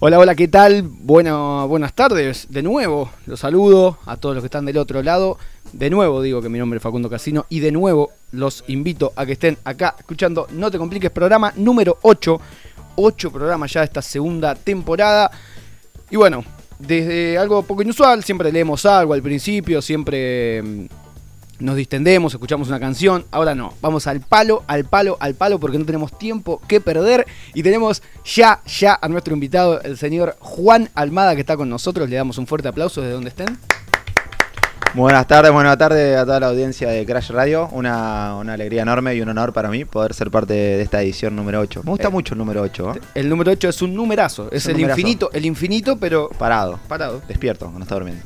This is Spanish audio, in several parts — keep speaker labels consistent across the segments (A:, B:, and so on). A: Hola, hola, ¿qué tal? Bueno, buenas tardes. De nuevo, los saludo a todos los que están del otro lado. De nuevo digo que mi nombre es Facundo Casino y de nuevo los invito a que estén acá escuchando No te compliques, programa número 8. 8 programas ya de esta segunda temporada. Y bueno, desde algo poco inusual, siempre leemos algo al principio, siempre mm, nos distendemos, escuchamos una canción. Ahora no, vamos al palo, al palo, al palo, porque no tenemos tiempo que perder. Y tenemos ya, ya a nuestro invitado, el señor Juan Almada, que está con nosotros. Le damos un fuerte aplauso desde donde estén.
B: Buenas tardes, buenas tardes a toda la audiencia de Crash Radio. Una, una alegría enorme y un honor para mí poder ser parte de esta edición número 8. Me gusta
A: Eh,
B: mucho el número 8, ¿eh?
A: El número 8 es un numerazo, es,
B: un
A: el
B: numerazo.
A: infinito, el infinito, pero
B: Parado,
A: parado,
B: despierto, no está durmiendo.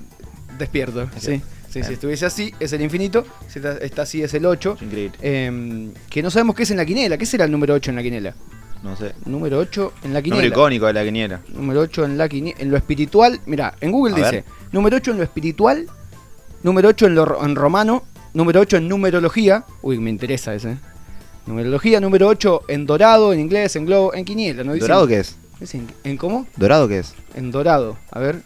A: despierto. Sí, sí, si
B: Bien.
A: estuviese así, es el infinito, si está, está así, es el 8.
B: Es increíble.
A: Em, que no sabemos qué es en la quinela. ¿Qué será el número 8 en la quinela?
B: No sé.
A: Número 8 en la
B: Número
A: quinela.
B: icónico de la quiniela.
A: Número 8 en la quinela. En lo espiritual, mira, en Google
B: A
A: dice,
B: ver.
A: número 8 en lo espiritual, número 8 en, lo, ro- en romano, número 8 en numerología. Uy, me interesa ese. eh. Numerología, número 8 en dorado, en inglés, en globo, en quiniela. ¿no? Dicen-
B: ¿Dorado qué es?
A: dicen- ¿En cómo?
B: ¿Dorado qué es?
A: En dorado. A ver.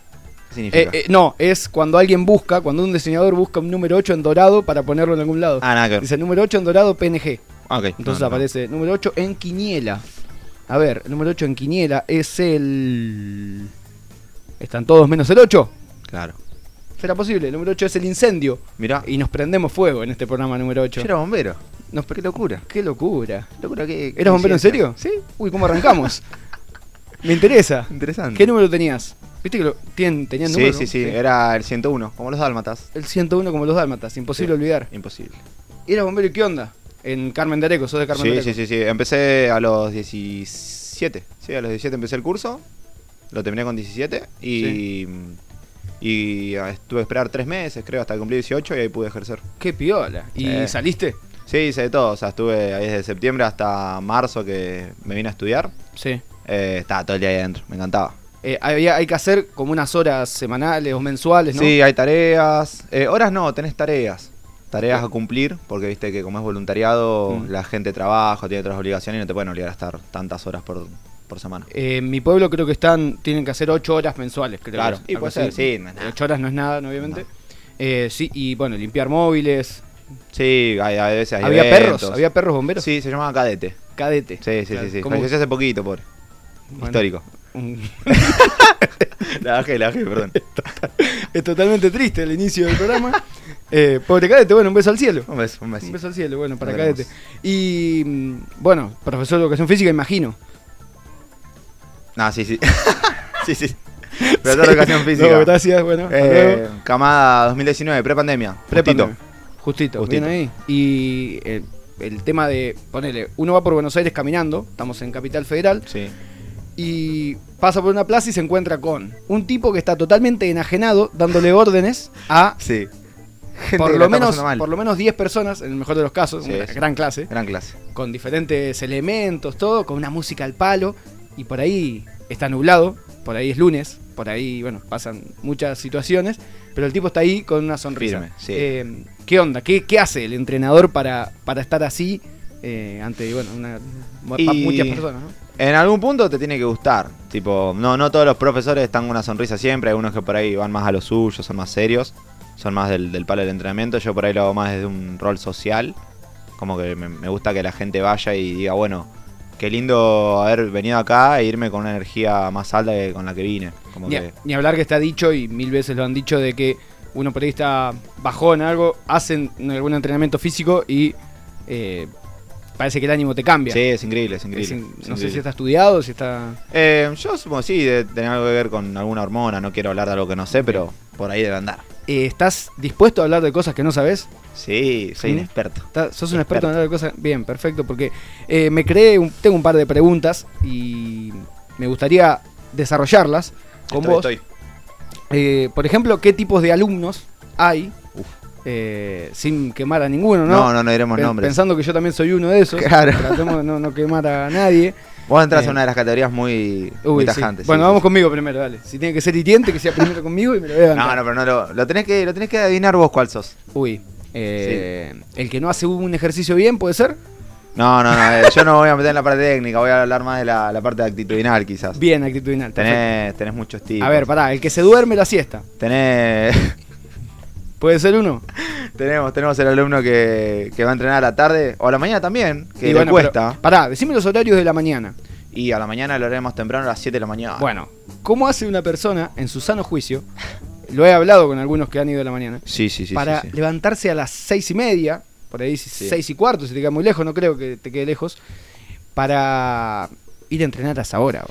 B: ¿Qué significa?
A: Eh, eh, no, es cuando alguien busca, cuando un diseñador busca un número 8 en dorado para ponerlo en algún lado.
B: ah, nada que ver.
A: Dice número 8 en dorado PNG.
B: Ah, ok.
A: Entonces
B: No, no.
A: aparece número 8 en Quiniela. A ver, el número 8 en Quiniela es el. Están todos menos el 8.
B: Claro.
A: ¿Será posible? El número 8 es el incendio.
B: Mirá,
A: Y nos prendemos fuego en este programa número 8.
B: yo era bombero.
A: Nos pre-
B: Qué locura.
A: Qué locura.
B: Locura que.
A: ¿Eras bombero en serio?
B: ciencia.
A: Sí. Uy, ¿cómo arrancamos? Me interesa.
B: Interesante.
A: ¿Qué número tenías? ¿Viste que lo... tienen- tenían
B: Mm. Sí,
A: número?
B: sí, sí, Era el 101, como los dálmatas.
A: El 101 como los dálmatas, imposible
B: Sí.
A: olvidar.
B: Imposible.
A: ¿Eras bombero y qué onda? En Carmen de Areco, sos de Carmen de
B: Sí,
A: Areco.
B: sí, sí, sí. Empecé a los 17. Sí, a los 17 empecé el curso. Lo terminé con 17. Y, y ah, estuve a esperar 3 meses, creo, hasta que cumplí 18 y ahí pude ejercer.
A: Qué piola. ¿Y
B: Sí.
A: saliste?
B: Sí, hice de todo. O sea, estuve ahí desde septiembre hasta marzo que me vine a estudiar.
A: Sí.
B: Eh, estaba todo el día ahí adentro, me encantaba.
A: Eh, había- hay que hacer como unas horas semanales o mensuales, ¿no?
B: Sí, hay tareas. Eh, horas no, tenés tareas. Tareas a cumplir, porque viste que como es voluntariado,
A: Mm.
B: la gente trabaja, tiene otras obligaciones y no te pueden obligar a estar tantas horas por, por semana.
A: Eh, en mi pueblo creo que están, tienen que hacer ocho horas mensuales, creo.
B: Claro.
A: que es,
B: Y
A: algo
B: puede
A: así.
B: ser, sí, no es nada.
A: Ocho horas no es nada, no, obviamente.
B: No.
A: Eh, sí, y bueno, limpiar móviles.
B: Sí, hay, a veces hay
A: había
B: eventos.
A: perros, había perros bomberos.
B: Sí, se llamaba cadete.
A: Cadete.
B: Sí, sí,
A: Claro,
B: sí, sí.
A: ¿cómo?
B: Falleció hace poquito, pobre.
A: Bueno,
B: Histórico.
A: un-
B: La bajé, la bajé, perdón.
A: es totalmente triste el inicio del programa. Eh, pobre cadete, bueno, un beso al cielo.
B: Un beso, un beso.
A: Un beso al cielo, bueno, para
B: Ah, Nos
A: cadete.
B: vemos.
A: Y mm, bueno, profesor de educación física, imagino.
B: Ah, sí, sí. sí, sí. Pero toda la educación
A: No,
B: física.
A: gracias, bueno. hasta
B: Eh,
A: luego.
B: camada 2019, prepandemia.
A: Prepandemia. Justito,
B: Justito. Justito.
A: bien ahí. Y eh, el tema de, ponele, uno va por Buenos Aires caminando, estamos en Capital Federal,
B: Sí.
A: y pasa por una plaza y se encuentra con un tipo que está totalmente enajenado, dándole órdenes a
B: Sí. Gente
A: por lo,
B: que la está
A: menos,
B: pasando mal.
A: por lo menos 10 personas, en el mejor de los casos,
B: Sí,
A: una
B: sí.
A: gran clase,
B: Gran clase.
A: con diferentes elementos, todo, con una música al palo, y por ahí está nublado, por ahí es lunes, por ahí, bueno, pasan muchas situaciones, pero el tipo está ahí con una sonrisa.
B: Firme, sí.
A: Eh, ¿Qué onda? ¿Qué, qué hace el entrenador para, para estar así eh, ante, bueno, una- mu- pa-
B: Y-
A: muchas personas, ¿no?
B: En algún punto te tiene que gustar. Tipo, no, no todos los profesores están con una sonrisa siempre. Hay unos que por ahí van más a lo suyo, son más serios. Son más del, del palo del entrenamiento. Yo por ahí lo hago más desde un rol social. Como que me, me gusta que la gente vaya y diga, bueno, qué lindo haber venido acá e irme con una energía más alta que con la que vine. Como
A: Ni,
B: que,
A: a- ni hablar que está dicho, y mil veces lo han dicho, de que uno por ahí está bajón en algo, hacen algún entrenamiento físico y eh, parece que el ánimo te cambia.
B: sí, es increíble, es increíble.
A: Es in-
B: es
A: no sé
B: increíble.
A: si está estudiado, si está...
B: Eh, yo supongo sí, debe tener algo que ver con alguna hormona. No quiero hablar de algo que no sé, pero por ahí debe andar.
A: Eh, ¿Estás dispuesto a hablar de cosas que no sabes?
B: Sí, soy
A: Mm.
B: inexperto.
A: ¿Estás- ¿Sos un experto
B: Experto.
A: en hablar de cosas? Bien, perfecto, porque eh, me creé, un- tengo un par de preguntas y me gustaría desarrollarlas con
B: Estoy-
A: vos.
B: estoy.
A: Eh, por ejemplo, ¿qué tipos de alumnos hay?
B: Uf.
A: Eh, sin quemar a ninguno, ¿no?
B: No, no, no diremos
A: Pe-
B: nombres.
A: Pensando que yo también soy uno de esos.
B: Claro.
A: Tratemos de no, no quemar a nadie.
B: Vos entras
A: Eh.
B: en una de las categorías muy, muy
A: Uy, sí.
B: tajantes. sí,
A: Bueno,
B: sí,
A: vamos
B: sí.
A: conmigo primero, dale. Si tiene que ser hiriente, que sea primero conmigo y me lo vean.
B: No, no, pero no lo, lo tenés que, lo tenés que adivinar vos cuál sos.
A: Uy. eh, El que no hace un ejercicio bien, ¿puede ser?
B: No, no, no. eh, yo no voy a meter en la parte técnica, voy a hablar más de la, la parte actitudinal quizás.
A: Bien, actitudinal. perfecto.
B: Tenés, tenés muchos tipos.
A: A ver, pará, el que se duerme la siesta.
B: Tenés,
A: ¿Puede ser uno?
B: tenemos, tenemos el alumno que, que va a entrenar a la tarde o a la mañana también,
A: Y
B: que le
A: bueno, pero-
B: cuesta.
A: pará, decime los horarios de la mañana.
B: Y a la mañana lo haremos temprano a las 7 de la mañana.
A: Bueno, ¿cómo hace una persona en su sano juicio? Lo he hablado con algunos que han ido a la mañana.
B: Sí, sí, sí.
A: para
B: sí, sí.
A: levantarse a las seis y media, por ahí si-
B: Sí.
A: seis y cuarto, si te queda muy lejos, no creo que te quede lejos, para ir a entrenar a esa hora.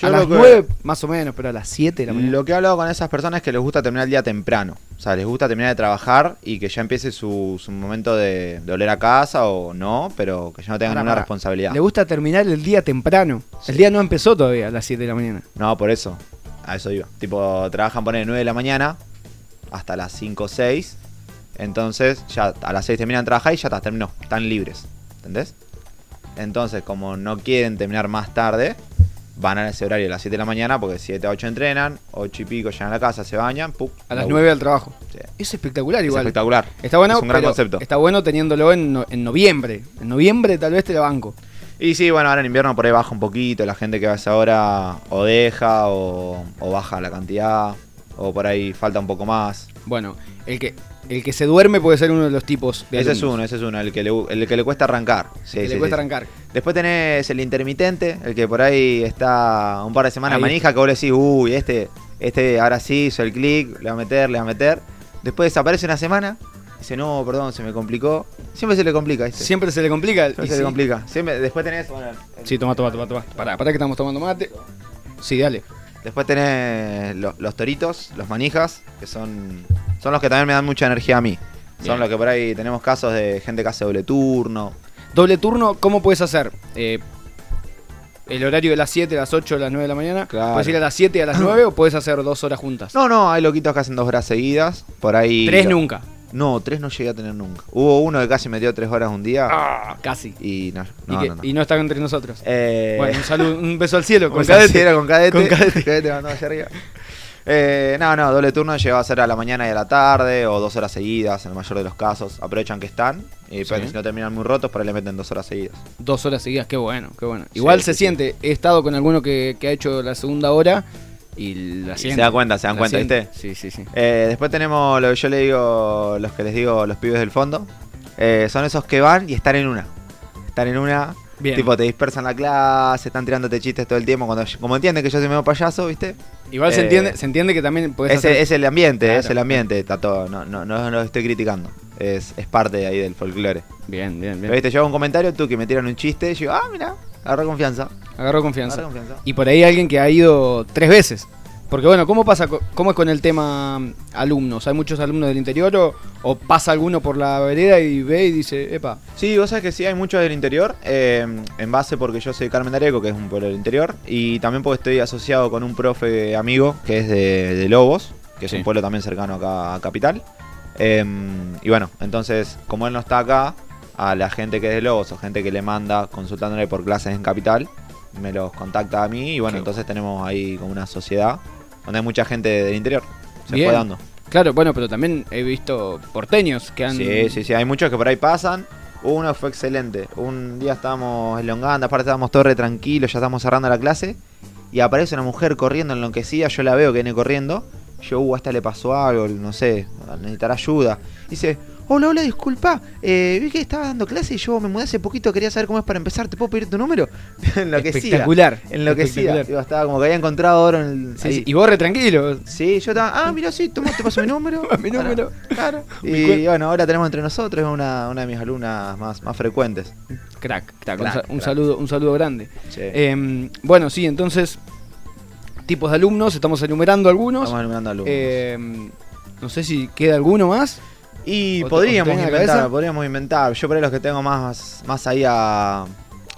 B: Yo
A: a
B: lo
A: las
B: que-
A: nueve más o menos, pero a las siete de la mañana.
B: Lo que he hablado con esas personas es que les gusta terminar el día temprano. O sea, les gusta terminar de trabajar y que ya empiece su, su momento de, de oler a casa o no, pero que ya no tengan
A: Pará,
B: ninguna
A: pará.
B: responsabilidad.
A: Le gusta terminar el día temprano.
B: Sí.
A: El día no empezó todavía a las siete de la mañana.
B: No, por eso. A eso iba. Tipo, trabajan, poner 9 de la mañana hasta las 5 o 6. Entonces, ya a las 6 terminan de trabajar y ya está, terminó. Están libres. ¿Entendés? Entonces, como no quieren terminar más tarde, van a ese horario a las 7 de la mañana porque 7 a 8 entrenan, 8 y pico llegan a la casa, se bañan, ¡pup!
A: A las
B: laburan.
A: nueve al trabajo.
B: Sí.
A: Es espectacular
B: Es
A: igual.
B: espectacular.
A: Está bueno,
B: Es un gran
A: pero
B: concepto.
A: está bueno teniéndolo en, no- en noviembre. En noviembre tal vez te la banco.
B: Y sí, bueno, ahora en invierno por ahí baja un poquito, la gente que va a esa hora o deja o, o baja la cantidad, o por ahí falta un poco más.
A: Bueno, el que, el que se duerme puede ser uno de los tipos de
B: Ese es
A: alumnos.
B: uno, ese es uno, el que le, el que le cuesta arrancar. Sí,
A: Que le
B: sí, sí,
A: cuesta
B: sí.
A: arrancar.
B: Después tenés el intermitente, el que por ahí está un par de semanas
A: Ahí.
B: manija, que vos le decís, uy, este, este ahora sí hizo el clic, le va a meter, le va a meter. Después desaparece una semana, dice, no, perdón, se me complicó. Siempre se le complica, ¿viste?
A: Siempre se le complica. el-
B: Siempre
A: y
B: se le
A: sí.
B: complica. Siempre, después tenés, bueno, el-
A: Sí, toma, toma, toma, toma. Pará, pará que estamos tomando mate. Sí, dale.
B: Después tenés lo- los toritos, los manijas, que son, son los que también me dan mucha energía a mí.
A: Bien.
B: Son los que por ahí tenemos casos de gente que hace doble turno.
A: Doble turno, ¿cómo puedes hacer? Eh, el horario de las 7, las 8, las 9 de la mañana.
B: Claro.
A: ¿Puedes ir a las 7 y a las 9 o puedes hacer dos horas juntas?
B: No, no, hay loquitos que hacen dos horas seguidas. Por ahí.
A: Tres nunca.
B: No, tres no llegué a tener nunca. Hubo uno que casi metió tres horas un día.
A: Ah, casi.
B: Y no,
A: y,
B: no,
A: que-
B: no, no.
A: y no están entre nosotros.
B: Eh,
A: Bueno, un saludo, un beso al cielo.
B: con
A: Con
B: cadete.
A: cadete.
B: con cadete.
A: Con cadete.
B: mandó allá arriba. Eh, no, no, doble turno llegaba a ser a la mañana y a la tarde, o dos horas seguidas, en el mayor de los casos. Aprovechan que están,
A: Sí.
B: y pero si no terminan muy rotos, por ahí le meten dos horas seguidas.
A: Dos horas seguidas, qué bueno, qué bueno. Igual
B: Sí,
A: se
B: sí, sí.
A: siente, he estado con alguno que, que ha hecho la segunda hora y la
B: Y
A: siente.
B: se da cuenta, se dan
A: La
B: cuenta,
A: siente.
B: ¿viste?
A: Sí, sí, sí.
B: Eh, después tenemos lo que yo le digo, los que les digo, los pibes del fondo. Eh, son esos que van y están en una. Están en una.
A: Bien.
B: Tipo, te dispersan la clase, están tirándote chistes todo el tiempo. Cuando, como entienden que yo soy medio payaso, ¿viste?
A: Igual se
B: eh,
A: entiende, se entiende que también podés
B: Es,
A: hacer-
B: es el ambiente,
A: Claro.
B: es el ambiente, está todo. No, no, no lo estoy criticando. Es, es parte de ahí del folclore.
A: Bien, bien,
B: Pero,
A: bien.
B: ¿Viste? Yo hago un comentario, tú que me tiran un chiste, yo digo, ah, mira, agarro confianza.
A: Agarró
B: Agarro
A: confianza.
B: confianza.
A: Y por ahí alguien que ha ido tres veces. Porque bueno, ¿cómo pasa co- cómo es con el tema mm, alumnos? ¿Hay muchos alumnos del interior o, o pasa alguno por la vereda y ve y dice, epa,
B: Sí, vos sabés que sí, hay muchos del interior, eh, en base porque yo soy Carmen de Areco, que es un pueblo del interior, y también porque estoy asociado con un profe amigo, que es de, de Lobos, que es
A: Sí.
B: un pueblo también cercano acá a Capital. Eh, y bueno, entonces, como él no está acá, a la gente que es de Lobos o gente que le manda consultándole por clases en Capital, me los contacta a mí, y bueno,
A: Qué
B: entonces tenemos ahí como una sociedad donde hay mucha gente del interior. Se
A: Bien.
B: fue dando.
A: claro, bueno, pero también he visto porteños que han...
B: Sí, sí, sí. Hay muchos que por ahí pasan. Uno fue excelente. Un día estábamos elongando, aparte estábamos todos re tranquilos, ya estábamos cerrando la clase. Y aparece una mujer corriendo enloquecida. Yo la veo que viene corriendo. Yo, uh, a esta le pasó algo, no sé, necesitará ayuda. Dice, hola, hola, disculpa. eh, vi que estabas dando clase y yo me mudé hace poquito. Quería saber cómo es para empezar. ¿Te puedo pedir tu número? enloquecida.
A: Espectacular.
B: Enloquecida.
A: espectacular.
B: Digo, estaba como que había encontrado oro en el.
A: Sí,
B: ahí.
A: sí, Y vos re tranquilo.
B: Sí, yo estaba. Ah, mira, sí, toma, te paso mi número.
A: Mi número.
B: Claro.
A: Mi
B: Y
A: cuerpo.
B: bueno, ahora tenemos entre nosotros una, una de mis alumnas más, más frecuentes.
A: Crack, crack. un
B: Crack,
A: sa- un,
B: crack.
A: saludo, un saludo grande.
B: Che,
A: Eh, bueno, sí, entonces, tipos de alumnos, estamos enumerando algunos.
B: estamos enumerando alumnos.
A: Eh, no sé si queda alguno más.
B: y
A: ¿o te-
B: podríamos
A: o te tenés en la
B: inventar,
A: cabeza?
B: podríamos inventar. Yo por ahí los que tengo más, más ahí a.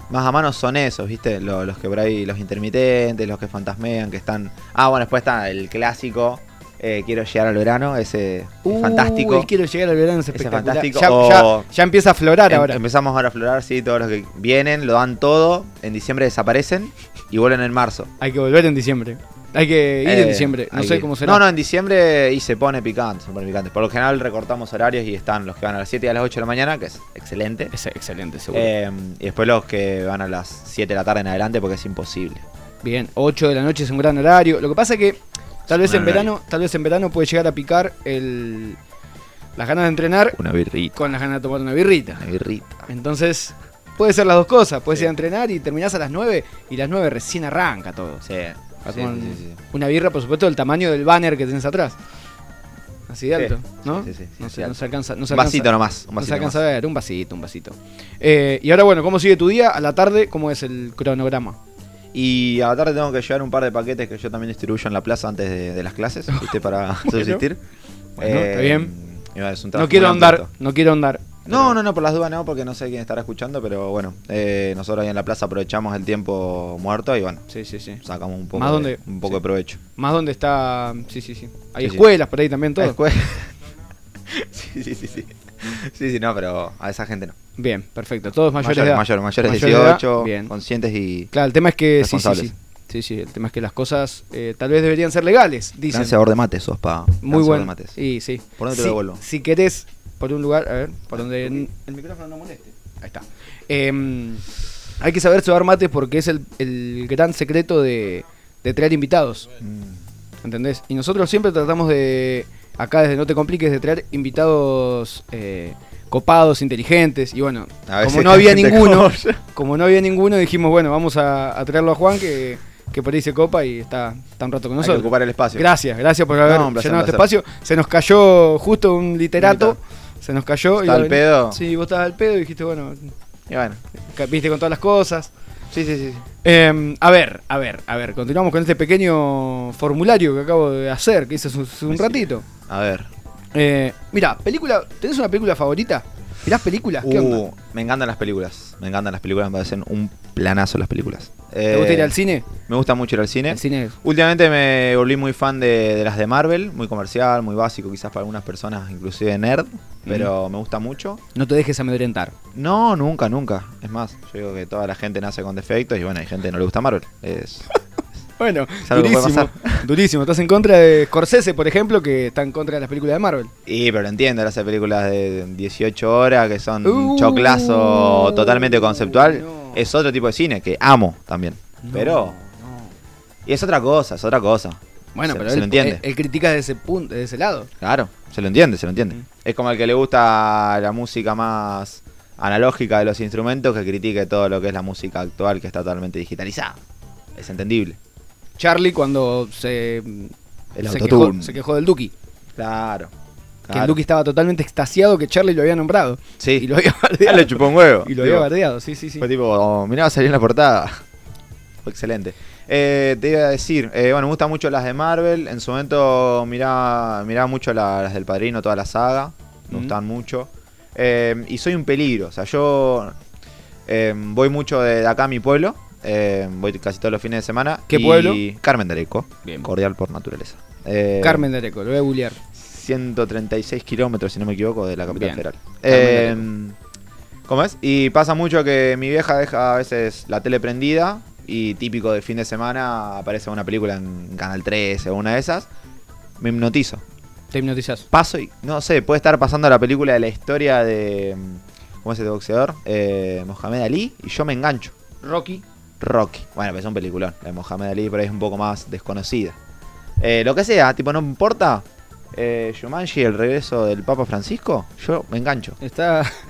B: Más a mano son esos, ¿viste? Lo- Los, que por ahí, los intermitentes, los que fantasmean, que están. Ah, bueno, después está el clásico. eh, quiero llegar al verano, ese es
A: Uh,
B: fantástico.
A: el quiero llegar al verano es
B: Ese
A: espectacular.
B: fantástico,
A: Ya,
B: o-
A: ya- ya empieza a aflorar
B: Em-
A: ahora.
B: Empezamos ahora a aflorar, sí, todos los que vienen, lo dan todo, en diciembre desaparecen y vuelven en marzo.
A: Hay que volver en diciembre. Hay que ir
B: Eh,
A: en diciembre. No
B: hay
A: sé
B: que-
A: cómo será.
B: No, no, en diciembre y se pone picante, se pone picante. Por lo general recortamos horarios y están los que van a las 7 y a las 8 de la mañana, que es excelente.
A: Es excelente, seguro.
B: Eh, y después los que van a las 7 de la tarde en adelante porque es imposible.
A: Bien, 8 de la noche es un gran horario. Lo que pasa que tal vez
B: un
A: en
B: horario.
A: verano, tal vez en verano puede llegar a picar el las ganas de entrenar
B: Una birrita.
A: con las ganas de tomar una birrita.
B: Una birrita.
A: Entonces, puede ser las dos cosas, puedes
B: Sí.
A: ir a entrenar y terminás a las 9 y las 9 recién arranca todo.
B: Sí,
A: Vas
B: sí,
A: con
B: sí, sí, sí.
A: Una birra, por supuesto, del tamaño del banner que tenés atrás. Así de
B: Sí,
A: alto, ¿no?
B: sí, sí, sí,
A: no,
B: sí,
A: se, no
B: alto.
A: se alcanza. No se
B: Un vasito
A: alcanza,
B: nomás. Un
A: no se
B: vasito
A: alcanza
B: nomás.
A: a ver, un vasito, un vasito. Eh, y ahora, bueno, ¿cómo sigue tu día? A la tarde, ¿cómo es el cronograma?
B: Y a la tarde tengo que llevar un par de paquetes que yo también distribuyo en la plaza antes de, de las clases, ¿viste? Para subsistir. Eh,
A: Bueno, está bien.
B: y bueno, es un trabajo
A: No quiero
B: muy
A: andar,
B: amplio esto.
A: no quiero andar.
B: No, no, no, por las dudas no, porque no sé quién estará escuchando, pero bueno, eh, nosotros ahí en la plaza aprovechamos el tiempo muerto y bueno,
A: Sí, sí, sí.
B: sacamos un poco,
A: Más
B: de,
A: donde-
B: un
A: sí.
B: poco de provecho.
A: Más donde está. Sí, sí, sí. Hay
B: Sí, sí.
A: escuelas por ahí también, todo.
B: Después- sí, sí, sí, sí. Sí, sí, no, pero a esa gente no.
A: Bien, perfecto. Todos mayores de
B: Mayores,
A: edad.
B: mayor, mayores de
A: de edad,
B: 18,
A: Bien.
B: conscientes y
A: Claro, el tema es que. Sí, sí,
B: Responsables.
A: sí. Sí, sí. El tema es que las cosas eh, tal vez deberían ser legales, dicen.
B: lanceador de mates sos, pa.
A: Muy
B: lanceador
A: bueno.
B: de mates.
A: Y sí.
B: ¿Por dónde te
A: Si-
B: lo devuelvo?
A: Si querés, por un lugar. A ver, por donde.
B: El micrófono no moleste.
A: Ahí está. Em, hay que saber cebar mates porque es el, el gran secreto de, de traer invitados.
B: Mm.
A: ¿Entendés? Y nosotros siempre tratamos de, acá desde No Te Compliques, de traer invitados eh, copados, inteligentes. Y bueno,
B: A veces
A: como no había
B: gente
A: ninguno,
B: como yo.
A: como no había ninguno, dijimos, bueno, vamos a, a traerlo a Juan, que, que por ahí se copa y está tan rato con
B: Hay que
A: nosotros.
B: ocupar el espacio.
A: Gracias, gracias por haber
B: No, un placer,
A: llenado
B: un
A: este
B: placer.
A: espacio. Se nos cayó justo un literato. Se nos cayó.
B: ¿Está
A: la
B: al
A: ven-
B: pedo?
A: Sí, vos estabas al pedo y dijiste, bueno,
B: Y bueno.
A: ca- viste con todas las cosas.
B: Sí, sí, sí.
A: Em, a ver, a ver, a ver, continuamos con este pequeño formulario que acabo de hacer, que hice hace un- hace un
B: Sí.
A: ratito.
B: A ver.
A: Eh, mira, película, ¿tenés una película favorita? ¿Mirás películas? ¿Qué
B: Uh,
A: onda?
B: me encantan las películas. Me encantan las películas, me parecen un planazo las películas.
A: ¿Te
B: Eh,
A: gusta ir al cine?
B: Me gusta mucho ir al cine.
A: Al cine.
B: Últimamente me volví muy fan de, de las de Marvel, muy comercial, muy básico, quizás para algunas personas, inclusive nerd, pero me gusta mucho.
A: No te dejes amedrentar.
B: No, nunca, nunca. Es más, yo digo que toda la gente nace con defectos y bueno, hay gente que no le gusta Marvel. Es,
A: Bueno,
B: algo que puede
A: durísimo. Durísimo. Estás en contra de Scorsese, por ejemplo, que está en contra de las películas de Marvel.
B: Y, pero lo entiendo, las películas de 18 horas que son
A: Uh,
B: un choclazo totalmente conceptual.
A: no.
B: Es otro tipo de cine que amo también. Pero. Y es otra cosa, es otra cosa.
A: Bueno,
B: Se-
A: pero
B: se
A: él,
B: lo entiende.
A: él- él critica de ese punto, de ese lado.
B: Claro, se lo entiende, se lo entiende.
A: Mm.
B: Es como el que le gusta la música más analógica de los instrumentos que critique todo lo que es la música actual que está totalmente digitalizada. Es entendible.
A: Charlie cuando se,
B: El
A: se, quejó,
B: autotune.
A: se quejó del Duki.
B: Claro.
A: Que el
B: claro.
A: Duki estaba totalmente extasiado que Charlie lo había nombrado.
B: Sí.
A: Y lo había
B: Ya
A: bardeado.
B: le chupó un huevo.
A: Y lo había
B: Digo,
A: bardeado, sí, sí, sí.
B: Fue tipo, oh, mirá, salió en la portada. Fue excelente. Eh, te iba a decir, eh, bueno, me gustan mucho las de Marvel. En su momento miraba, miraba mucho la- las del Padrino, toda la saga. Me
A: Mm.
B: gustan mucho. Eh, y soy un peligro. O sea, yo eh, voy mucho de, de acá a mi pueblo. Eh, voy casi todos los fines de semana.
A: ¿Qué
B: Y
A: pueblo?
B: Carmen de Areco.
A: Bien.
B: Cordial por naturaleza. Eh,
A: Carmen de Areco, lo voy a googlear.
B: 136 kilómetros, si no me equivoco, de la capital
A: Bien.
B: federal.
A: Carmen
B: Eh, ¿Cómo es? Y pasa mucho que mi vieja deja a veces la tele prendida y típico de fin de semana aparece una película en Canal 13 o una de esas. Me hipnotizo.
A: Te hipnotizás.
B: Paso y, no sé, puede estar pasando la película de la historia de... mm, ¿Cómo es este boxeador? Eh, Mohamed Ali y yo me engancho.
A: Rocky.
B: Rocky. Bueno, pero es un peliculón. La de Mohamed Ali por ahí es un poco más desconocida. Eh, lo que sea, tipo, no me importa. Eh, Shumanji, el regreso del Papa Francisco, yo me engancho.
A: Está.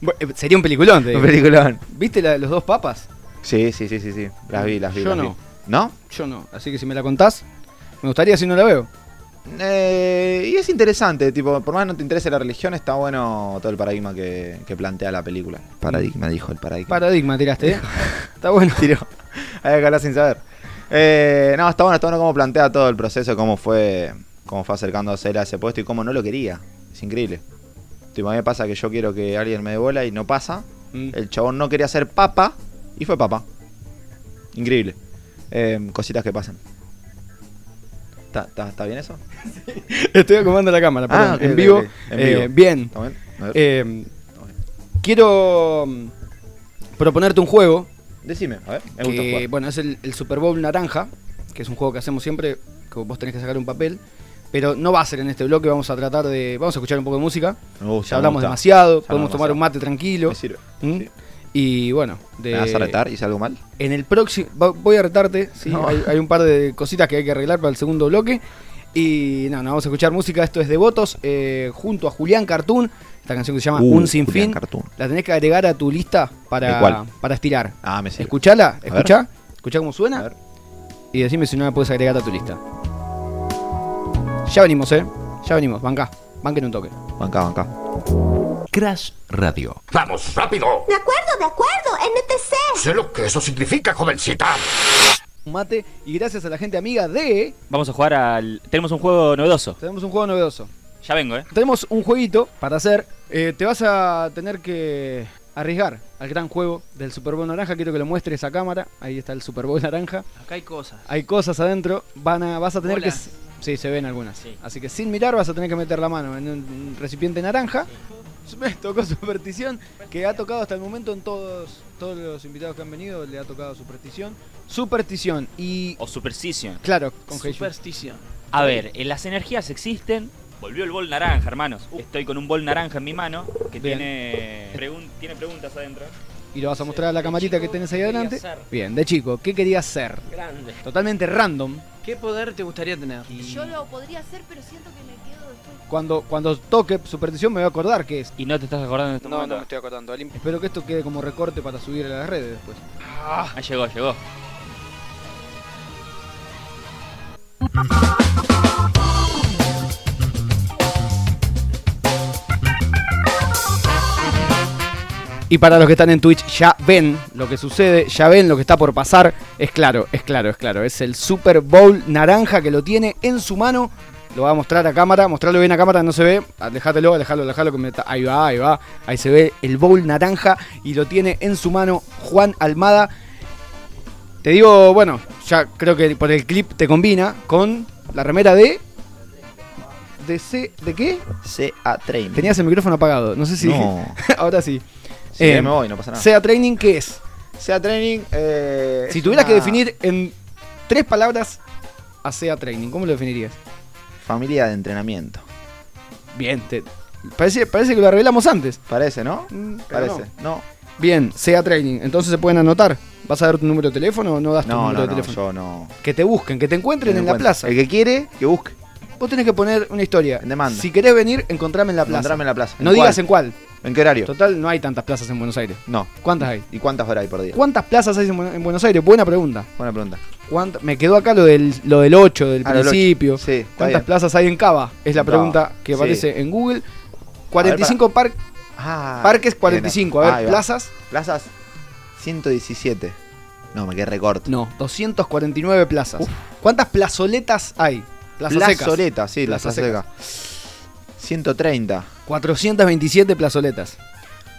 A: Bueno, eh, Sería un peliculón, te digo.
B: Un peliculón.
A: ¿Viste la de los dos papas?
B: Sí, sí, sí, sí, sí. Las vi, las vi.
A: Yo
B: las
A: no.
B: vi. ¿No?
A: Yo no. Así que si me la contás, me gustaría si no la veo.
B: Eh, y es interesante, tipo, por más no te interese la religión, está bueno todo el paradigma que, que plantea la película. Paradigma, dijo el paradigma.
A: Paradigma tiraste, ¿eh? Está bueno.
B: Tiró. Hay que hablar sin saber. Eh, no, está bueno, está bueno cómo plantea todo el proceso, cómo fue, cómo fue acercándose él a ese puesto y cómo no lo quería. Es increíble. Tipo, a mí me pasa que yo quiero que alguien me dé bola y no pasa.
A: Mm.
B: El chabón no quería ser papa y fue papa. Increíble. Eh, cositas que pasan. ¿Está, está, está bien eso?
A: Estoy acomodando la cámara, perdón.
B: Ah, ok,
A: en
B: ok,
A: vivo.
B: ok. En
A: eh,
B: vivo.
A: Bien.
B: ¿Está bien? A ver.
A: Eh,
B: Está bien.
A: quiero mm, proponerte un juego
B: Decime, a ver, me gusta
A: que,
B: jugar.
A: bueno, es el, el Super Bowl naranja, que es un juego que hacemos siempre, que vos tenés que sacar un papel. Pero no va a ser en este bloque, vamos a tratar de. Vamos a escuchar un poco de música.
B: Me gusta,
A: Ya hablamos
B: me gusta.
A: demasiado,
B: Ya
A: podemos
B: hablamos
A: tomar un
B: demasiado.
A: mate tranquilo.
B: Me sirve.
A: ¿Mm?
B: sí.
A: Y bueno, de-
B: ¿Me vas a retar? ¿Hice algo mal?
A: en el próximo. va- Voy a retarte, sí,
B: No.
A: hay, hay un par de cositas que hay que arreglar para el segundo bloque. Y no, no, vamos a escuchar música. Esto es Devotos, eh, junto a Julián Cartoon. Esta canción que se llama
B: Uh,
A: Un Sinfín.
B: Julián Cartoon.
A: La tenés que agregar a tu lista
B: ¿De
A: para,
B: cuál?
A: para estirar.
B: Ah, me sirve.
A: Escuchala,
B: ver.
A: escuchá, escuchá cómo
B: A
A: suena
B: ver.
A: y decime si no la puedes agregar a tu lista. Ya venimos, eh. Ya venimos, banca. Banca en un toque.
B: Banca, banca.
C: Crash Radio.
D: ¡Vamos, rápido!
E: De acuerdo, de acuerdo, NTC.
D: Sé lo que eso significa, jovencita.
A: Un Mate, y gracias a la gente amiga de.
F: Vamos a jugar al. Tenemos un juego novedoso.
A: Tenemos un juego novedoso.
F: Ya vengo, ¿eh?
A: Tenemos un jueguito para hacer. Eh, te vas a tener que arriesgar al gran juego del Super Bowl Naranja. Quiero que lo muestres a cámara. Ahí está el Super Bowl Naranja.
G: Acá hay cosas.
A: Hay cosas adentro. Van a, vas a tener que.
G: Bolas.
A: s- Sí, se ven algunas.
F: Sí.
A: Así que sin mirar vas a tener que meter la mano en un recipiente naranja. Me tocó superstición, que ha tocado hasta el momento en todos, todos los invitados que han venido, le ha tocado superstición. Superstición y...
F: O Superstition.
A: Claro, con Heiju.
G: Superstición.
F: A ver, eh, las energías existen. Volvió el bol naranja, hermanos. Estoy con un bol naranja en mi mano que
A: Bien.
F: tiene, pregun- tiene preguntas adentro.
A: Y lo vas a mostrar a la
G: De
A: camarita que
G: chico,
A: tenés ahí
G: ¿qué
A: adelante.
G: querías ser?
A: Bien, de chico, ¿qué querías ser?
G: Grande.
A: Totalmente random.
G: ¿Qué poder te gustaría tener?
H: Yo lo podría hacer, pero siento que me quedo después.
A: Cuando, cuando toque superstición me voy a acordar qué es.
F: Y no te estás acordando de este momento.
A: estoy acordando. Espero que esto quede como recorte para subir a las redes después.
F: Ah, llegó, llegó.
A: Y para los que están en Twitch, ya ven lo que sucede, ya ven lo que está por pasar. Es claro, es claro, es claro. Es el Super Bowl naranja que lo tiene en su mano. Lo va a mostrar a cámara. Mostrarlo bien a cámara, no se ve. Ah, Alejátelo, alejalo, alejalo. Que me ta- Ahí va, ahí va. Ahí se ve el bowl naranja y lo tiene en su mano Juan Almada. Te digo, bueno, ya creo que por el clip te combina con la remera de. ¿De, C... ¿de qué?
B: CA Training.
A: Tenías el micrófono apagado, no sé si.
B: No. Ah.
A: Ahora sí.
B: Si
A: Eh,
B: querés me voy, no pasa nada.
A: Sea Training, ¿qué es?
B: Em, SEA Training. eh,
A: Si
B: es
A: tuvieras que
B: una
A: definir en tres palabras a SEA Training, ¿cómo lo definirías?
B: Familia de entrenamiento.
A: Bien, te- parece, parece que lo revelamos antes.
B: Parece, ¿no? Parece. Mm, No,
A: Bien, SEA Training. Entonces se pueden anotar. ¿Vas a dar tu número de teléfono o no das tu
B: no, no,
A: número de
B: no,
A: teléfono?
B: yo no.
A: Que te busquen, que te encuentren
B: No
A: en la
B: encuentro.
A: plaza.
B: El que quiere, que busque.
A: Vos tenés que poner una historia.
B: En demanda.
A: Si querés venir, encontrame en la plaza.
B: Encontrame en la plaza.
A: No
B: ¿En
A: digas
B: cuál?
A: en cuál.
B: ¿En qué horario?
A: Total, no hay tantas plazas en Buenos Aires.
B: No.
A: ¿Cuántas hay?
B: ¿Y cuántas horas hay por día?
A: ¿Cuántas plazas hay en Bu- en Buenos Aires? Buena pregunta.
B: Buena pregunta.
A: ¿Cuánta- Me quedó acá lo del, lo del 8, del
B: Ah, lo del ocho.
A: principio.
B: Sí, está
A: ¿Cuántas
B: bien.
A: plazas hay en Cava? Es la
B: No,
A: pregunta que
B: sí.
A: aparece en Google. 45 par-
B: Ah,
A: parques,
B: bien.
A: 45. A
B: Ahí
A: ver,
B: va.
A: plazas.
B: Plazas 117. No, me quedé recorto.
A: No, 249 plazas. ¿Cuántas plazoletas hay? Plazas secas.
B: Plazoleta, sí, la
A: Plazas
B: plaza seca. 130.
A: 427 plazoletas.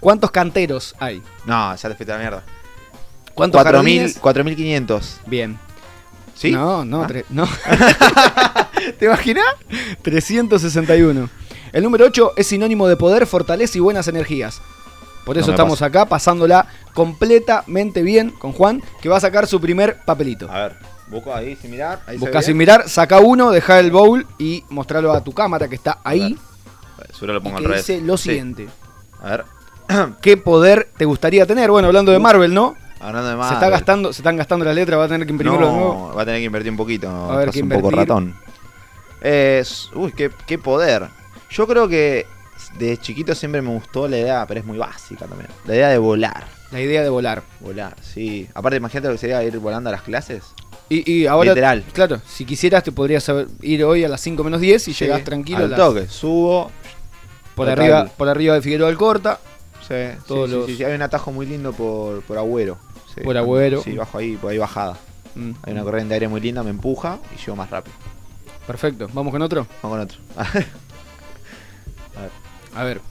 A: ¿Cuántos canteros hay?
B: No, ya te fuiste a la mierda.
A: ¿Cuántos
B: 4000,
A: jardines?
B: 4500.
A: Bien.
B: ¿Sí?
A: No, no,
B: Ah.
A: tre- no. ¿Te imaginas? 361. El número 8 es sinónimo de poder, fortaleza y buenas energías. Por
B: No
A: eso
B: me
A: estamos
B: pasa.
A: acá pasándola completamente bien con Juan, que va a sacar su primer papelito.
B: A ver, busco ahí sin mirar. Ah, Ahí se
A: Busca
B: ve
A: sin
B: bien.
A: mirar, saca uno, deja el bowl y mostralo a tu cámara que está ahí.
B: Seguro lo
A: Y
B: pongo
A: que
B: al revés.
A: dice lo
B: Sí.
A: siguiente.
B: A ver,
A: ¿Qué poder te gustaría tener? Bueno, hablando de
B: Uh,
A: Marvel, ¿no?
B: hablando de más.
A: Se, está gastando, se están gastando las letras, va a tener que imprimirlo de nuevo.
B: No, va a tener que invertir un poquito.
A: A ver,
B: estás
A: ¿qué
B: un poco
A: invertir?
B: ratón. Eh, s- uy, qué, qué poder. Yo creo que de chiquito siempre me gustó la idea, pero es muy básica también. La idea de volar.
A: La idea de volar.
B: Volar, sí. Aparte, imagínate lo que sería ir volando a las clases.
A: Y, y ahora,
B: Literal.
A: claro, si quisieras te podrías haber- ir hoy a las 5 menos 10 y
B: Sí,
A: llegás tranquilo a
B: Al
A: las-
B: toque, subo.
A: por,
B: Total.
A: arriba, por arriba de Figueroa Alcorta.
B: Sí, sí,
A: Todos
B: sí,
A: los-
B: sí, sí. Hay un atajo muy lindo por, por Agüero. Sí,
A: Por Agüero.
B: Sí, bajo ahí, por ahí bajada.
A: Mm,
B: Hay una corriente de aire muy linda, me empuja y llego más rápido.
A: perfecto, vamos con otro.
B: Vamos con otro.
A: A ver.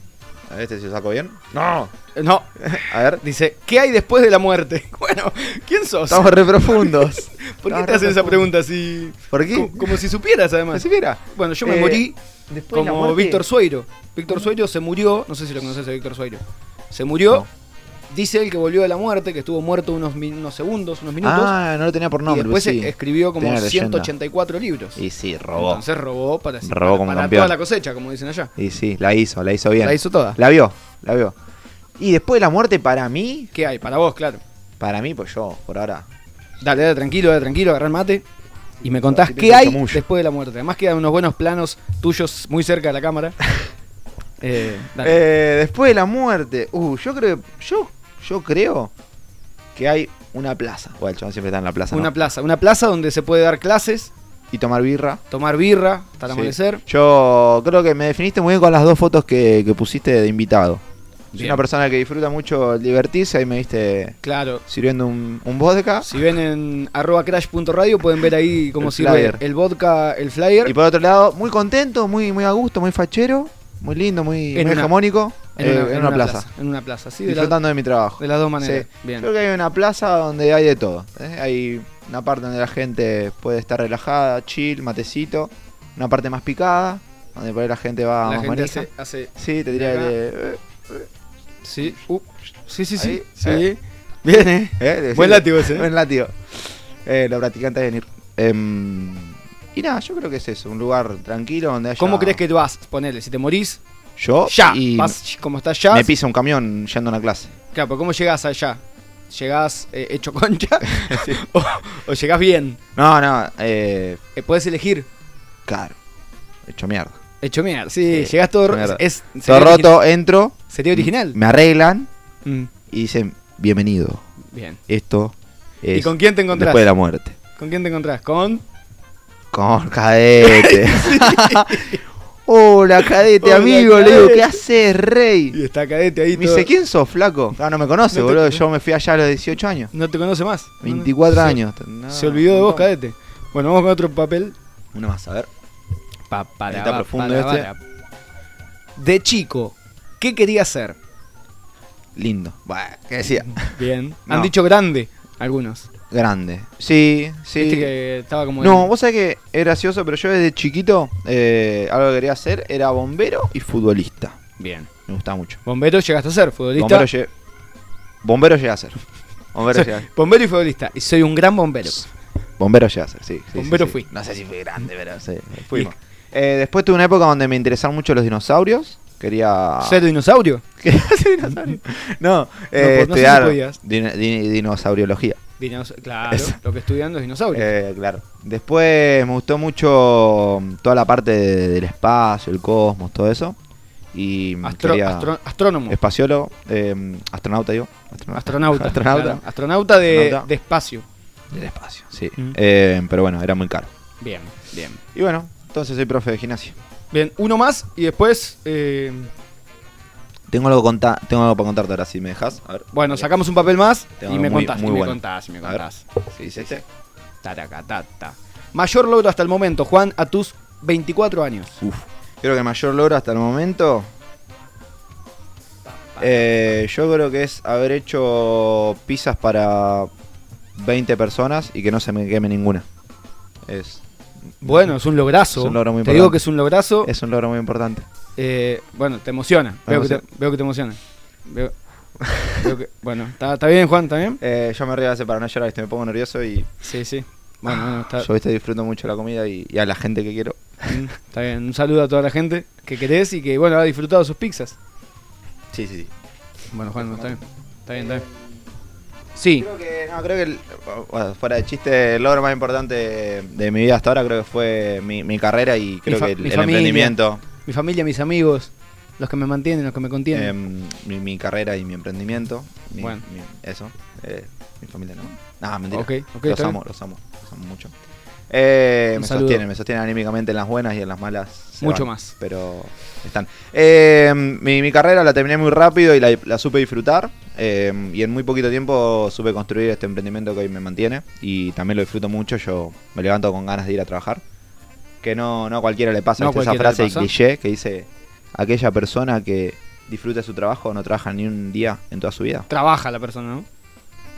B: A ver, este si lo saco bien. ¡No!
A: Eh, No,
B: A ver.
A: dice, ¿qué hay después de la muerte? Bueno, ¿quién sos?
B: Estamos re profundos.
A: ¿Por qué
B: estamos
A: te hacen
B: re
A: esa
B: profundos.
A: pregunta así?
B: ¿Por qué?
A: Co- Como si supieras, además.
B: Así que era.
A: Bueno, yo me
B: Eh,
A: morí
B: Después
A: como Víctor Sueiro. Víctor Sueiro se murió, no sé si lo conoces a Víctor Sueiro. Se murió
B: No.
A: Dice él que volvió de la muerte, que estuvo muerto unos, min- unos segundos, unos minutos.
B: Ah, no lo tenía por nombre.
A: y después
B: sí.
A: eh, escribió como
B: Tiene leyenda.
A: 184 libros.
B: Y sí, robó.
A: Entonces robó para,
B: Robó como
A: para
B: campeón.
A: toda la cosecha, como dicen allá.
B: Y sí, la hizo, la hizo bien.
A: La hizo toda.
B: La vio, la vio. Y después de la muerte, para mí,
A: ¿Qué hay? Para vos, claro.
B: para mí, pues yo, por ahora.
A: Dale, dale, tranquilo, dale, tranquilo, agarrá el mate. Y me contás
B: Sí,
A: qué
B: pinta
A: hay
B: chamullo.
A: después de la muerte. Además quedan unos buenos planos tuyos muy cerca de la cámara. Eh, dale.
B: Eh, después de la muerte, uh, yo creo, yo, yo creo que hay una plaza. Bueno, el chabón siempre está en la plaza.
A: una
B: ¿no?
A: plaza. Una plaza donde se puede dar clases,
B: y tomar birra.
A: tomar birra hasta el
B: Sí.
A: amanecer.
B: Yo creo que me definiste muy bien con las dos fotos que, que pusiste de invitado. Soy
A: Bien.
B: una persona que disfruta mucho el divertirse. Ahí me viste
A: Claro.
B: sirviendo un, un vodka.
A: Si ven en arroba crash.radio pueden ver ahí cómo
B: El
A: sirve
B: flyer.
A: el vodka, el flyer.
B: Y por otro lado, muy contento, muy, muy a gusto, muy fachero, muy lindo, muy,
A: En
B: muy
A: una-
B: hegemónico. eh, En, una, plaza.
A: En una plaza, sí. De, la-
B: Disfrutando de mi trabajo.
A: de las dos maneras.
B: Sí.
A: Bien.
B: Creo que hay una plaza donde hay de todo. ¿eh? Hay una parte donde la gente puede estar relajada, chill, matecito. Una parte más picada, donde por ahí la gente va
A: la
B: más
A: gente
B: manija.
A: hace, hace-
B: Sí, te diría
A: de acá.
B: que. eh,
A: Sí. Uh, sí, sí, sí.
B: Ahí,
A: sí.
B: eh.
A: Bien, eh.
B: eh, de-
A: Buen látigo ese, eh.
B: Buen látigo. Eh, lo practicante de venir. Em, y nada, yo creo que es eso. Un lugar tranquilo donde haya.
A: ¿Cómo crees que vas? Ponele, si te morís,
B: Yo.
A: ya.
B: Oh, y
A: Vas como estás ya.
B: Me pisa un camión yendo a una clase.
A: Claro, pero ¿cómo llegás allá? ¿Llegás eh, hecho concha? o, o llegás bien?
B: No, no, eh.
A: Eh, podés elegir.
B: Claro. Hecho mierda.
A: Hecho mierda. Sí,
B: Sí,
A: llegás todo,
B: mierda.
A: es,
B: Todo
A: sería origi-
B: roto, entro.
A: Sería original.
B: Me arreglan
A: Mm,
B: y dicen, bienvenido.
A: bien.
B: Esto es.
A: ¿Y con quién te encontrás?
B: Después de la muerte.
A: ¿Con quién te encontrás? ¿Con?
B: Con cadete. Hola, cadete,
A: Hola,
B: amigo. Le digo,
A: cadete.
B: ¿qué haces, rey?
A: Y está cadete ahí.
B: Me
A: todo-
B: dice, ¿quién sos, flaco? Ah, no me conoce,
A: No te-
B: boludo. Yo me fui allá a los 18 años.
A: No te conoce más.
B: 24
A: Se-
B: años.
A: Se olvidó de vos,
B: Uno
A: cadete. Bueno, vamos con otro papel.
B: Una más, a ver.
A: Pa, para,
B: Está
A: va,
B: profundo
A: para,
B: este.
A: para. De chico, ¿qué quería ser?
B: Lindo. Bah, ¿Qué decía?
A: Bien.
B: No.
A: Han dicho grande algunos.
B: Grande. Sí, sí.
A: Viste que estaba como.
B: No,
A: en-
B: vos sabés que es gracioso, pero yo desde chiquito eh, algo que quería hacer era bombero y futbolista.
A: Bien.
B: Me gustaba mucho.
A: Bombero llegaste a ser, futbolista.
B: Bombero, lle- bombero llega a ser. Bombero llega a ser.
A: Bombero y futbolista. Y soy un gran bombero.
B: Bombero llega a ser, sí. sí, sí,
A: Bombero
B: sí.
A: fui.
B: No sé si fui grande, pero sí. Fuimos. Eh, después tuve una época donde me interesaron mucho los dinosaurios. Quería.
A: ¿Ser dinosaurio?
B: Quería ser dinosaurio. No, eh,
A: pues no sé si
B: estudiar
A: podías.
B: din- din- dinosauriología.
A: Dinos- claro,
B: Eso.
A: lo que estudian los dinosaurios.
B: Eh, claro. Después me gustó mucho mm, toda la parte de- del espacio, el cosmos, todo eso. Y mm,
A: Astro-
B: quería-
A: astro- astrónomo.
B: espaciólogo, eh, astronauta digo. Astronauta.
A: Astronauta.
B: Astronauta.
A: claro. Astronauta de,
B: Astronauta.
A: de espacio.
B: Del espacio, sí.
A: Mm.
B: Eh, pero bueno, era muy caro.
A: Bien, bien.
B: Y bueno, entonces soy profe de gimnasia.
A: Bien, uno más y después. eh,
B: Tengo algo, conta- tengo algo para contarte ahora, si me dejas. A ver.
A: bueno, sacamos un papel más
B: Tengo
A: y me
B: muy-
A: contás.
B: muy
A: y me
B: bueno.
A: contás, y me
B: A ver.
A: contás.
B: Sí, dice este.
A: Taracatata. Mayor logro hasta el momento, Juan, a tus 24 años.
B: Uf. Creo que el mayor logro hasta el momento. eh, yo creo que es haber hecho pizzas para 20 personas y que no se me queme ninguna. Es,
A: Bueno, es un lograzo.
B: Es un logro muy
A: te digo
B: importante.
A: que es un lograzo.
B: es un logro muy importante.
A: Eh, bueno, te emociona.
B: Me
A: Veo, que te,
B: emociona.
A: veo que te emociona. Veo- veo que- bueno, ¿está está bien, Juan? ¿Está bien?
B: Eh, yo me río a veces para no llorar, ¿viste? me pongo nervioso y
A: Sí, sí. Bueno, bueno, está,
B: yo ¿viste? disfruto mucho la comida y, y a la gente que quiero.
A: mm, está bien. Un saludo a toda la gente que querés y que, bueno, ha disfrutado sus pizzas.
B: Sí, sí, sí.
A: Bueno, Juan, está bien. Está bien, está bien. Sí,
B: Creo que, no, creo que el- bueno, fuera de chiste, el logro más importante de mi vida hasta ahora creo que fue mi, mi carrera y creo
A: fa-
B: que el,
A: mi
B: el
A: familia.
B: emprendimiento.
A: mi familia, mis amigos, los que me mantienen, los que me contienen.
B: Em, mi, mi carrera y mi emprendimiento. mi-
A: Bueno.
B: mi- eso. eh, mi familia no. Ah, mentira.
A: Ok, ok,
B: los
A: está
B: amo, los amo. Los amo mucho. Eh,
A: Un
B: me
A: saludo.
B: sostienen, me sostienen anímicamente en las buenas y en las malas. se
A: Mucho
B: van,
A: más.
B: Pero están. Eh, mi, mi carrera la terminé muy rápido y la, la supe disfrutar. eh, y en muy poquito tiempo supe construir este emprendimiento que hoy me mantiene. Y también lo disfruto mucho. Yo me levanto con ganas de ir a trabajar. Que no, no a cualquiera le pasa.
A: No a
B: ¿viste? esa
A: cualquiera le
B: frase
A: pasa.
B: cliché que dice: aquella persona que disfruta su trabajo no trabaja ni un día en toda su vida.
A: Trabaja la persona, ¿no?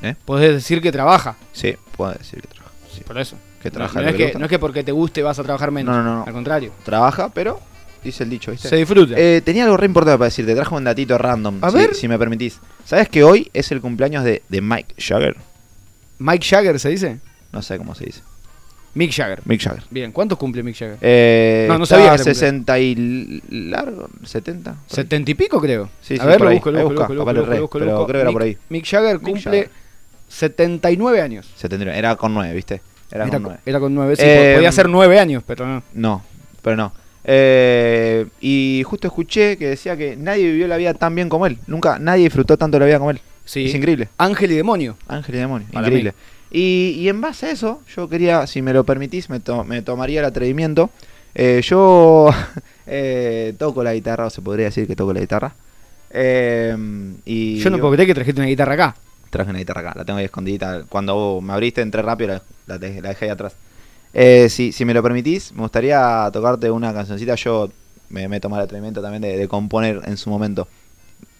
B: ¿Eh?
A: Podés decir que trabaja,
B: Sí, puedo decir que trabaja. sí.
A: por eso.
B: Que
A: No,
B: trabaja
A: no
B: lo
A: es
B: que
A: que,
B: le gusta.
A: no es que porque te guste vas a trabajar menos.
B: No, no, no.
A: Al contrario.
B: Trabaja, pero dice el dicho, ¿viste?
A: Se disfruta.
B: Eh, tenía algo re importante para decirte, trajo un datito random,
A: A
B: si,
A: ver.
B: si me permitís. ¿Sabes que hoy es el cumpleaños de, de Mike Jagger?
A: Mike Jagger se dice.
B: No sé cómo se dice.
A: Mick Jagger.
B: Mick Jagger.
A: Bien, ¿cuántos cumple Mick Jagger?
B: Eh,
A: No, no
B: está
A: sabía que era
B: 60 y l- largo, 70. por ahí.
A: Setenta y pico creo.
B: Sí,
A: a
B: sí,
A: ver,
B: por
A: lo
B: ahí.
A: busco, lo
B: Ahí
A: busco, lo
B: busca,
A: busco, lo
B: capaz lo
A: busco,
B: re,
A: lo busco, lo
B: pero
A: busco.
B: creo que era por
A: Mick-
B: ahí.
A: Mick Jagger
B: Mick
A: cumple
B: Jagger.
A: 79 años.
B: 79, Era con 9, ¿viste? Era
A: Era
B: con
A: con-
B: 9.
A: Era con 9, sí,
B: Eh,
A: podía ser 9 años, pero no.
B: No, pero no. Eh, y justo escuché que decía que nadie vivió la vida tan bien como él. Nunca, nadie disfrutó tanto la vida como él.
A: Sí.
B: Es increíble.
A: Ángel y demonio.
B: Ángel y demonio.
A: Para
B: increíble. Y, y en base a eso, yo quería, si me lo permitís, me, to- me tomaría el atrevimiento. Eh, yo eh, toco la guitarra, o se podría decir que toco la guitarra. Eh, y
A: Yo no puedo creer que trajiste una guitarra acá.
B: Traje una guitarra acá, la tengo ahí escondidita. Cuando vos me abriste, entré rápido, la, la dej- la dejé ahí atrás. Eh, si, si me lo permitís, me gustaría tocarte una cancioncita. Yo me, me tomé el atrevimiento también de, de componer en su momento.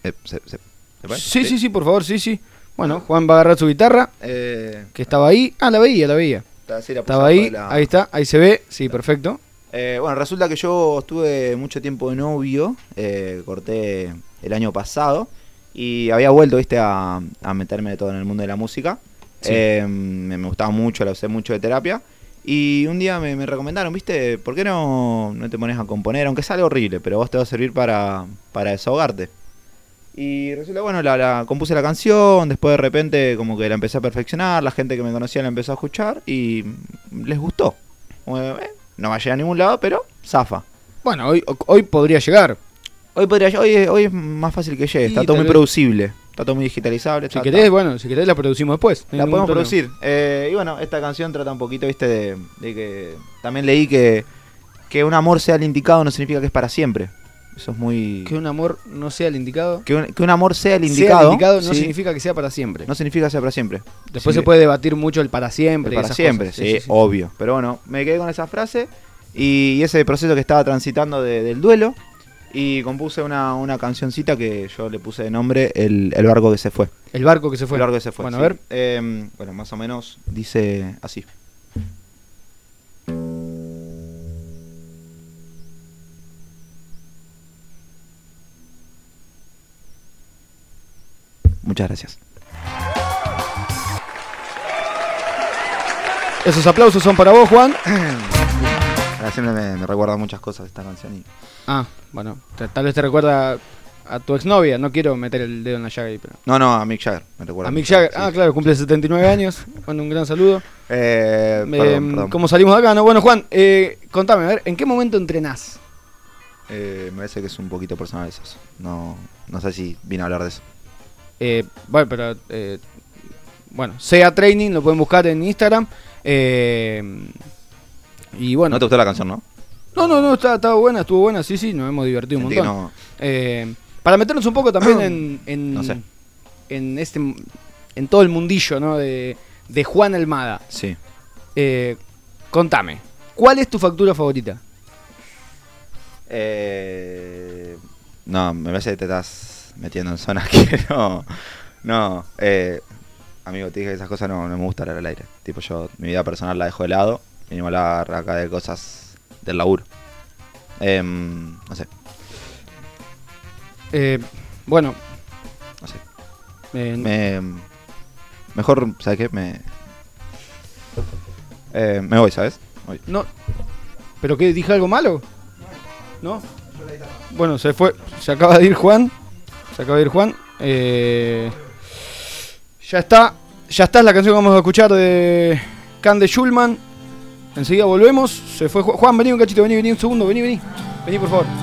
B: Eh, ¿se- se- se puede?
A: Sí, sí, sí, por favor, sí, sí.
B: Ah.
A: Bueno, Juan va a agarrar su guitarra,
B: Eh,
A: que estaba ahí. Ah, la veía, la veía.
B: así la
A: Estaba
B: puse abajo
A: ahí,
B: de la-
A: ahí está, ahí se ve. Sí, perfecto.
B: Eh, bueno, resulta que yo estuve mucho tiempo de novio, eh, corté el año pasado y había vuelto, viste, a, a meterme de todo en el mundo de la música. Eh, me, me gustaba mucho, la usé mucho de terapia. Y un día me, me recomendaron, viste, ¿por qué no, no te pones a componer? Aunque sale horrible, pero vos te va a servir para, para desahogarte. Y resulta, bueno, la, la- compuse la canción, después de repente como que la empecé a perfeccionar, la gente que me conocía la empezó a escuchar y les gustó. Bueno, eh, no va a llegar a ningún lado, pero zafa.
A: Bueno, hoy, hoy podría llegar.
B: Hoy, podría, hoy, es- hoy es más fácil que
A: Sí,
B: llegue, está todo
A: tal
B: muy
A: vez.
B: producible, está todo muy digitalizable.
A: Si
B: está-
A: querés,
B: está-
A: bueno, si querés la producimos después. no hay
B: la
A: ningún
B: podemos
A: problema.
B: producir. Eh, y bueno, esta canción trata un poquito, viste, de, de que también leí que, que un amor sea el indicado no significa que es para siempre. Eso es muy...
A: Que un amor no sea el indicado.
B: Que un, que un amor sea el
A: Sea el
B: indicado,
A: indicado no
B: sí,
A: significa que sea para siempre.
B: no significa que sea para siempre.
A: Después se
B: Significa-
A: puede debatir mucho el para siempre. y
B: para
A: esas
B: siempre,
A: cosas.
B: sí, obvio. Pero bueno, me quedé con esa frase y ese proceso que estaba transitando de- del duelo y compuse una, una cancioncita que yo le puse de nombre El, el barco que se fue.
A: El barco que se fue.
B: El barco que se fue.
A: Bueno,
B: sí.
A: a ver.
B: Eh, bueno, más o menos dice así. Muchas gracias.
A: Esos aplausos son para vos, Juan.
B: Ahora siempre me, me recuerda muchas cosas esta canción y
A: Ah, bueno, te- tal vez te recuerda a tu exnovia. No quiero meter el dedo en la llaga ahí, pero.
B: No, no, a Mick Jagger, me recuerda.
A: A Mick Jagger. Ah,
B: sí.
A: claro, cumple 79 años. Mando un gran saludo.
B: Eh,
A: Eh,
B: perdón, perdón.
A: ¿Cómo salimos de acá? No, bueno, Juan, eh, contame, a ver, ¿en qué momento entrenás?
B: Eh, me parece que es un poquito personal eso. No, no sé si vine a hablar de eso.
A: Eh, bueno, pero. eh, bueno, sea training, lo pueden buscar en Instagram. eh, y bueno.
B: No te gustó la canción, ¿no?
A: No, no, no, está- estaba buena, estuvo buena, sí, sí, nos hemos divertido un
B: Sentí
A: montón. Eh, para meternos un poco también en. en
B: No sé.
A: En este. En todo el mundillo, ¿no? De, de Juan Almada.
B: que no- Sí.
A: Eh, contame, ¿cuál es tu factura favorita?
B: Eh, no, me parece que te estás metiendo en zonas que no. No, eh, amigo, te dije que esas cosas no, no me gustan hablar al aire. Tipo, yo mi vida personal la dejo de lado. Venimos a hablar acá de cosas del laburo. Em, no sé,
A: Eh, bueno,
B: no sé.
A: eh,
B: Me- mejor, ¿sabes qué? Me, eh, me voy, ¿sabes? Voy.
A: no. ¿Pero qué? ¿Dije algo malo? ¿No? Bueno, se fue. Se acaba de ir Juan. Se acaba de ir Juan. Eh, ya está. Ya está es la canción que vamos a escuchar de Can de Schulman. Enseguida volvemos. Se fue Ju- Juan. Vení un cachito, vení, vení un segundo. Vení, vení. Vení, por favor.